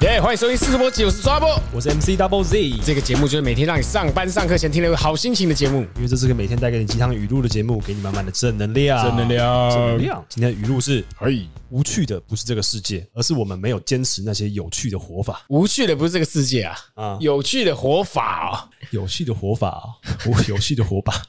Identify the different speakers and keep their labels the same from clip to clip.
Speaker 1: 嗨，欢迎收听四十波集，我是抓波。
Speaker 2: 我是 MC Double Z，
Speaker 1: 这个节目就是每天让你上班上课前听了有好心情的节目。
Speaker 2: 因为这是个每天带给你鸡汤语录的节目，给你满满的正能量。
Speaker 1: 正能量
Speaker 2: 正能量。今天的语录是：
Speaker 1: 哎，
Speaker 2: 无趣的不是这个世界，而是我们没有坚持那些有趣的活法
Speaker 1: 无趣的不是这个世界啊，
Speaker 2: 啊，
Speaker 1: 有趣的活法哦。
Speaker 2: 有趣的活 法啊，我有趣的活法，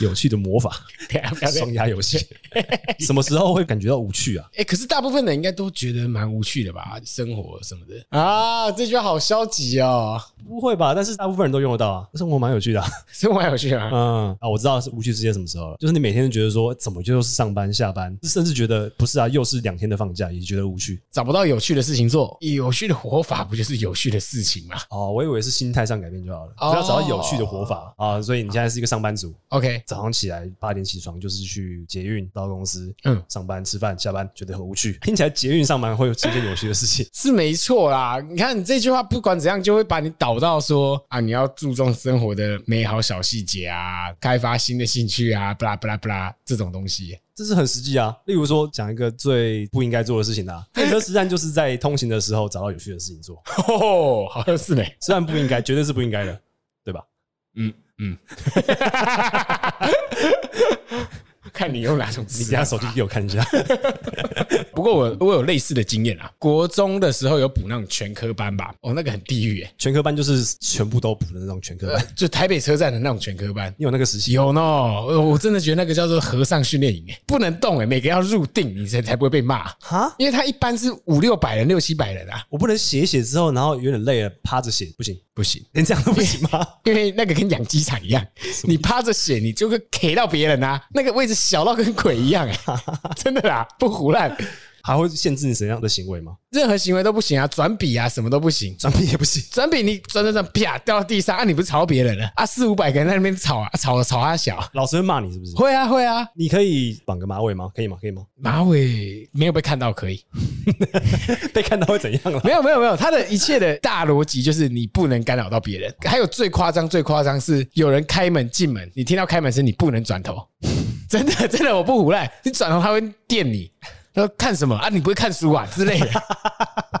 Speaker 2: 有趣的魔法，
Speaker 1: 等一下哎不要这样
Speaker 2: 双压游戏。 什么时候会感觉到无趣啊？
Speaker 1: 哎、可是大部分人应该都觉得蛮无趣的吧，生活什么的啊，这句话好消极哦。
Speaker 2: 不会吧？但是大部分人都用得到啊，生活蛮有趣的、啊。
Speaker 1: 生活还有趣啊？
Speaker 2: 嗯啊，我知道是无趣之间什么时候了，就是你每天都觉得说，怎么就是上班下班，甚至觉得不是啊，又是两天的放假，也觉得无趣。
Speaker 1: 找不到有趣的事情做，有趣的活法不就是有趣的事情吗
Speaker 2: 哦，我以为是心态上改变就好了，只
Speaker 1: 哦
Speaker 2: 要找到有趣的活法啊。所以你现在是一个上班族，
Speaker 1: ？OK，
Speaker 2: 早上起来八点起床就是去捷运到公司，
Speaker 1: 嗯，
Speaker 2: 嗯，上班吃饭下班，觉得很无趣。 听起来捷运上班会有这件有趣的事情
Speaker 1: 是没错啦。你看，你这句话不管怎样，就会把你导到说啊，你要注重生活的美好小细节啊，开发新的兴趣啊，不啦不啦不啦，这种东西。
Speaker 2: 这是很实际啊。例如说，讲一个最不应该做的事情啊，电车实战就是在通行的时候找到有趣的事情做，
Speaker 1: 哦，好像是呢。
Speaker 2: 虽然不应该，绝对是不应该的，对吧？
Speaker 1: 嗯嗯， 看你用哪种
Speaker 2: 你
Speaker 1: 词、
Speaker 2: 等一下手机给我看一下，
Speaker 1: 啊 不过我我有类似的经验啊，国中的时候有补那种全科班吧，哦，那个很地狱耶、
Speaker 2: 全科班就是全部都补的那种全科班。
Speaker 1: 就台北车站的那种全科班。
Speaker 2: 你有那个实习
Speaker 1: 有呢，呃我真的觉得那个叫做和尚训练营耶，不能动哎，每个要入定，你才才不会被骂。
Speaker 2: 哈？
Speaker 1: 因为他一般是五六百人、六七百人啊，
Speaker 2: 我不能写一写之后，然后有点累了，趴着写不行，
Speaker 1: 不行，
Speaker 2: 连这样都不行吗？
Speaker 1: 因为那个跟养鸡场一样，你趴着写，你就会 K 到别人啊，那个位置小到跟鬼一样、欸，真的啦，不胡乱，
Speaker 2: 还会限制你什么样的行为 吗？
Speaker 1: 任何行为都不行啊，转笔啊，什么都不行。
Speaker 2: 转笔也不行。
Speaker 1: 转笔你转转转，啪掉到地上啊！你不是吵到别人了啊？四五百个人在那边吵啊，吵吵他小，
Speaker 2: 老师会骂你是不是？
Speaker 1: 会啊会啊，
Speaker 2: 你可以绑个马尾吗？可以吗？可以吗？
Speaker 1: 马尾没有被看到可以，
Speaker 2: 被看到会怎样了？啊
Speaker 1: 没有没有没有，他的一切的大逻辑就是你不能干扰到别人。还有最夸张最夸张是有人开门进门，你听到开门声你不能转头， 真的真的我不胡赖，你转头他会电你。他说看什么啊？你不会看书啊之类的，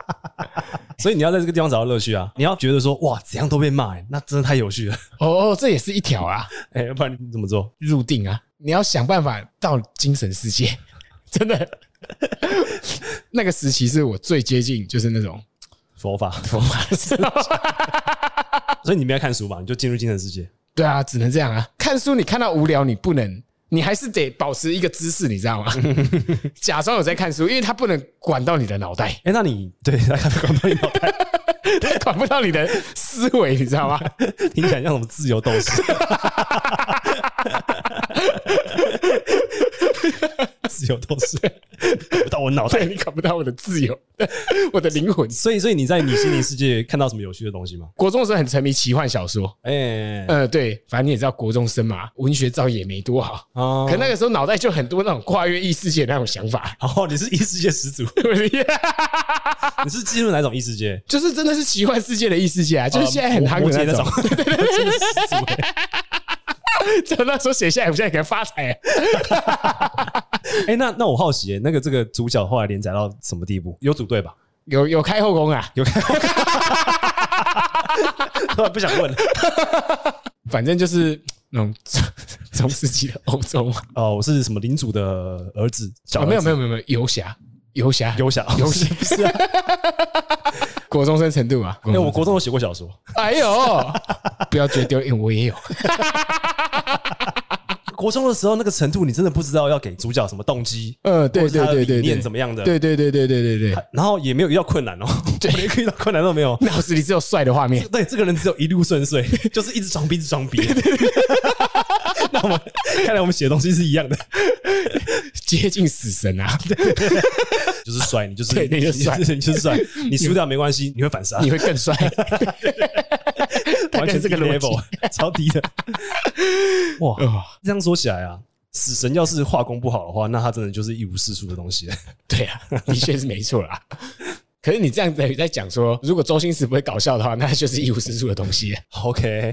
Speaker 2: 所以你要在这个地方找到乐趣啊！你要觉得说哇，怎样都被骂、欸，那真的太有趣了。
Speaker 1: 哦哦，这也是一条啊，
Speaker 2: 哎、要不然你怎么做？
Speaker 1: 入定啊，你要想办法到精神世界， 真的。 那个时期是我最接近就是那种
Speaker 2: 佛法。
Speaker 1: 佛法的时候，
Speaker 2: 所以你没有看书吧？你就进入精神世界。
Speaker 1: 对啊，只能这样啊。看书你看到无聊，你不能，你还是得保持一个姿势，你知道 吗？假装有在看书，因为他不能管到你的脑袋，
Speaker 2: 哎、那你对他看广播，你 脑袋
Speaker 1: 他管不到你的思维，你知 道吗？
Speaker 2: 听起来像什么自由斗士？ 自由斗士，不到我脑
Speaker 1: 对
Speaker 2: 袋。
Speaker 1: 你管不到我的自由， 我的灵魂。
Speaker 2: 所以，所以你在你心灵世界看到什么有趣的东西吗？
Speaker 1: 国中的时候很沉迷奇幻小说，
Speaker 2: 哎、
Speaker 1: 呃，对，反正你也知道国中生嘛，文学造诣也没多好，
Speaker 2: 哦
Speaker 1: 可那个时候脑袋就很多那种跨越异世界那种想法，
Speaker 2: 哦，你是异世界始祖，你是进入哪种异世界？
Speaker 1: 就是真的是奇幻世界的异世界啊，就是现在很
Speaker 2: 呃
Speaker 1: 夯
Speaker 2: 摩羯
Speaker 1: 的那
Speaker 2: 那
Speaker 1: 种
Speaker 2: 种。，对对对，始祖欸。
Speaker 1: 就那时候写下来，我现在给他发财啊。
Speaker 2: 哎，那那我好奇欸，那个这个主角后来连载到什么地步？有组队吧？
Speaker 1: 有有开后宫啊，
Speaker 2: 有看？突 然不想问了。
Speaker 1: 反正就是那种中 世纪的欧洲嘛。
Speaker 2: 哦，我是什么领主的儿子？小
Speaker 1: 啊，没有没有
Speaker 2: 有，
Speaker 1: 没有没有游侠，游侠
Speaker 2: 游侠
Speaker 1: 游侠
Speaker 2: 不是啊？
Speaker 1: 国中生程度啊。
Speaker 2: 哎，我国中有写过小说，
Speaker 1: 哎呦， 不要觉得丢脸，我也有。
Speaker 2: 国中的时候那个程度，你真的不知道要给主角什么动机，
Speaker 1: 呃，对
Speaker 2: 或者
Speaker 1: 对
Speaker 2: 他的
Speaker 1: 对
Speaker 2: 理
Speaker 1: 对
Speaker 2: 念
Speaker 1: 对，
Speaker 2: 怎么样的？
Speaker 1: 对对对对对对对，
Speaker 2: 然后也没有遇到困难哦，
Speaker 1: 对
Speaker 2: 连遇到困难都没有。
Speaker 1: 脑子里只有帅的画面。
Speaker 2: 对，这个人只有一路顺遂， 就是一直装逼，一直装逼。 那我们看来我们写的东西是一样的，
Speaker 1: 接近死神啊！
Speaker 2: 就是帅，你就是
Speaker 1: 对你就是帅
Speaker 2: 你你就 是帅，你输掉没关系，你会反杀，
Speaker 1: 你会更帅，大
Speaker 2: 完
Speaker 1: 概
Speaker 2: 全
Speaker 1: 这个
Speaker 2: 低
Speaker 1: 逻
Speaker 2: level
Speaker 1: 辑。
Speaker 2: 超低 的。哇，
Speaker 1: 哦，
Speaker 2: 这样说起来啊，死神要是画工不好的话，那他真的就是一无是处的东西。
Speaker 1: 对啊，的确是没错 啦。可是你这样子在讲说，如果周星驰不会搞笑的话，那就是一无是处的东西。
Speaker 2: OK，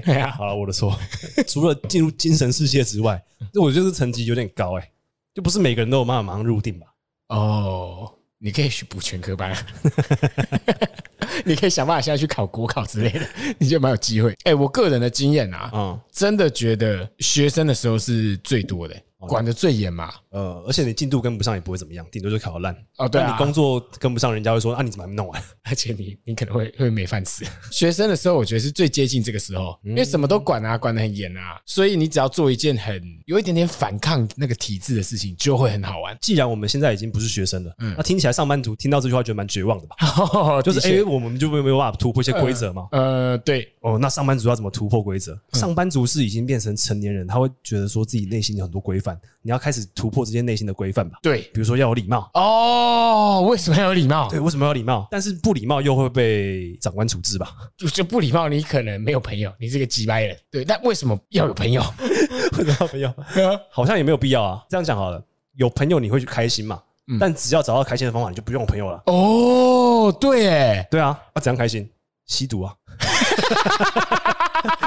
Speaker 1: 对啊
Speaker 2: 好了，我的错。除了进入精神世界之外，我觉得成绩有点高哎、就不是每个人都有办法马上入定吧？
Speaker 1: 哦，你可以去补全科班啊， 你可以想办法现在去考国考之类的， 你就蛮有机会。哎、我个人的经验啊，
Speaker 2: 嗯
Speaker 1: 真的觉得学生的时候是最多的，
Speaker 2: 哦
Speaker 1: 管得最严嘛。
Speaker 2: 呃，而且你进度跟不上也不会怎么样，顶多就考得烂。
Speaker 1: 哦对啊
Speaker 2: 但你工作跟不上，人家会说啊，你怎么还没弄 完？
Speaker 1: 而且你你可能会会没饭 吃。学生的时候，我觉得是最接近这个时候，
Speaker 2: 嗯
Speaker 1: 因为什么都管啊，管得很严啊，所以你只要做一件很有一点点反抗那个体制的事情，就会很好玩。
Speaker 2: 既然我们现在已经不是学生了，那听起来上班族听到这句话觉得蛮绝望的吧？ 就是
Speaker 1: 嗯啊的
Speaker 2: 哎、
Speaker 1: 确
Speaker 2: 我们就没有办法突破一些规则嘛。
Speaker 1: 呃，对，
Speaker 2: 哦，那上班族要怎么突破规则？
Speaker 1: 嗯
Speaker 2: 上班族是已经变成成年人，他会觉得说自己内心有很多规范，你要开始突破这些内心的规范吧。
Speaker 1: 对，
Speaker 2: 比如说要有礼貌，
Speaker 1: 哦，为什么要有礼貌？
Speaker 2: 对，为什么要礼貌？但是不礼貌又会被长官处置吧？
Speaker 1: 就就不礼貌，你可能没有朋友，你是个鸡掰人。对，但为什么要有朋 友？
Speaker 2: 为什么要朋友？好像也没有必要啊。这样讲好了，有朋友你会去开心嘛？但只要找到开心的方法，你就不用有朋友了。
Speaker 1: 哦，对，哎，
Speaker 2: 对啊，啊，怎样开心？吸毒啊，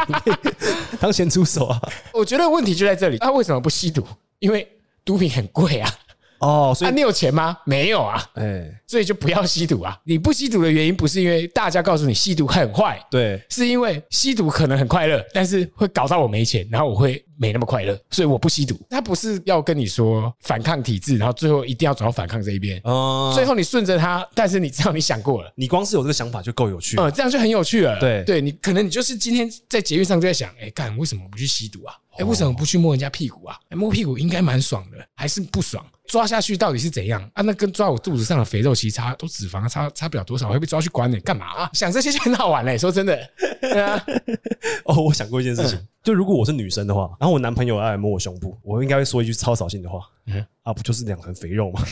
Speaker 2: 你可以当咸猪手啊。
Speaker 1: 我觉得问题就在这里。啊他、为什么不吸毒？因为毒品很贵啊。
Speaker 2: 哦，所
Speaker 1: 啊，
Speaker 2: 以
Speaker 1: 你有钱吗？没有啊。
Speaker 2: 哎、
Speaker 1: 所以就不要吸毒啊！你不吸毒的原因不是因为大家告诉你吸毒很坏，
Speaker 2: 对，
Speaker 1: 是因为吸毒可能很快乐，但是会搞到我没钱，然后我会没那么快乐，所以我不吸毒。他不是要跟你说反抗体制，然后最后一定要走到反抗这一边，
Speaker 2: 嗯，
Speaker 1: 最后你顺着他，但是你知道你想过了。
Speaker 2: 你光是有这个想法就够有趣了。
Speaker 1: 呃，这样就很有趣了。
Speaker 2: 对
Speaker 1: 对你可能你就是今天在节育上就在想，哎，干为什么我不去吸毒啊？哎，
Speaker 2: 哦
Speaker 1: 为什么不去摸人家屁股啊？哎摸屁股应该蛮爽的，还是不爽？抓下去到底是怎样啊？那跟抓我肚子上的肥肉其实差都脂肪啊差差不了多少，会被抓去关的，干嘛啊？想这些就很好玩嘞、说真的，对啊，
Speaker 2: 哦，我想过一件事情，就如果我是女生的话，然后我男朋友要来摸我胸部，我应该会说一句超扫兴的话，
Speaker 1: 嗯
Speaker 2: 啊，不就是两团肥肉吗？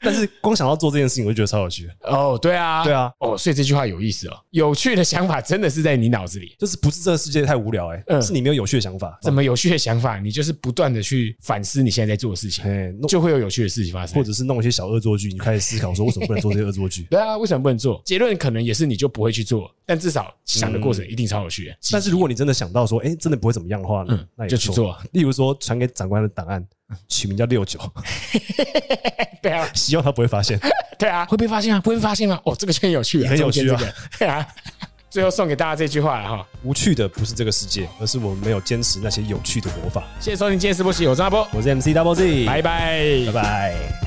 Speaker 2: 但是光想到做这件事情，我就觉得超有趣的。
Speaker 1: 哦，对啊，
Speaker 2: 对啊，
Speaker 1: 哦，所以这句话有意思哦，有趣的想法真的是在你脑子里。
Speaker 2: 就是不是这个世界太无聊哎、
Speaker 1: 嗯
Speaker 2: 是你没有有趣的想法，
Speaker 1: 怎么有趣的想法？你就是不断的去反思你现在在做的事情，
Speaker 2: 哎，弄
Speaker 1: 就会有有趣的事情发生？
Speaker 2: 或。者是弄一些小恶作剧，你就开始思考说为什么不能做这些恶作剧
Speaker 1: 对啊，为什么不能做？结论可能也是你就不会去做，但至少想的过程一定超有趣的。
Speaker 2: 但是如果你真的想到说，哎、真的不会怎么样的话呢，那也
Speaker 1: 嗯就
Speaker 2: 不
Speaker 1: 去
Speaker 2: 错。
Speaker 1: 做，
Speaker 2: 例如说传给长官的档案，取名叫六九，
Speaker 1: 嗯对啊，
Speaker 2: 希望他不会发现。
Speaker 1: 对啊，会被发现吗？不会被发现吗？哦，这个就很有趣啊，
Speaker 2: 也很有趣啊
Speaker 1: 中间这个， 对啊。最后送给大家这句话了哈，
Speaker 2: 无趣的不是这个世界，而是我们没有坚持那些有趣的活法。
Speaker 1: 谢谢收听今天的直播期，我是阿波，
Speaker 2: 我是 MC Double Z，
Speaker 1: 拜拜
Speaker 2: 拜拜。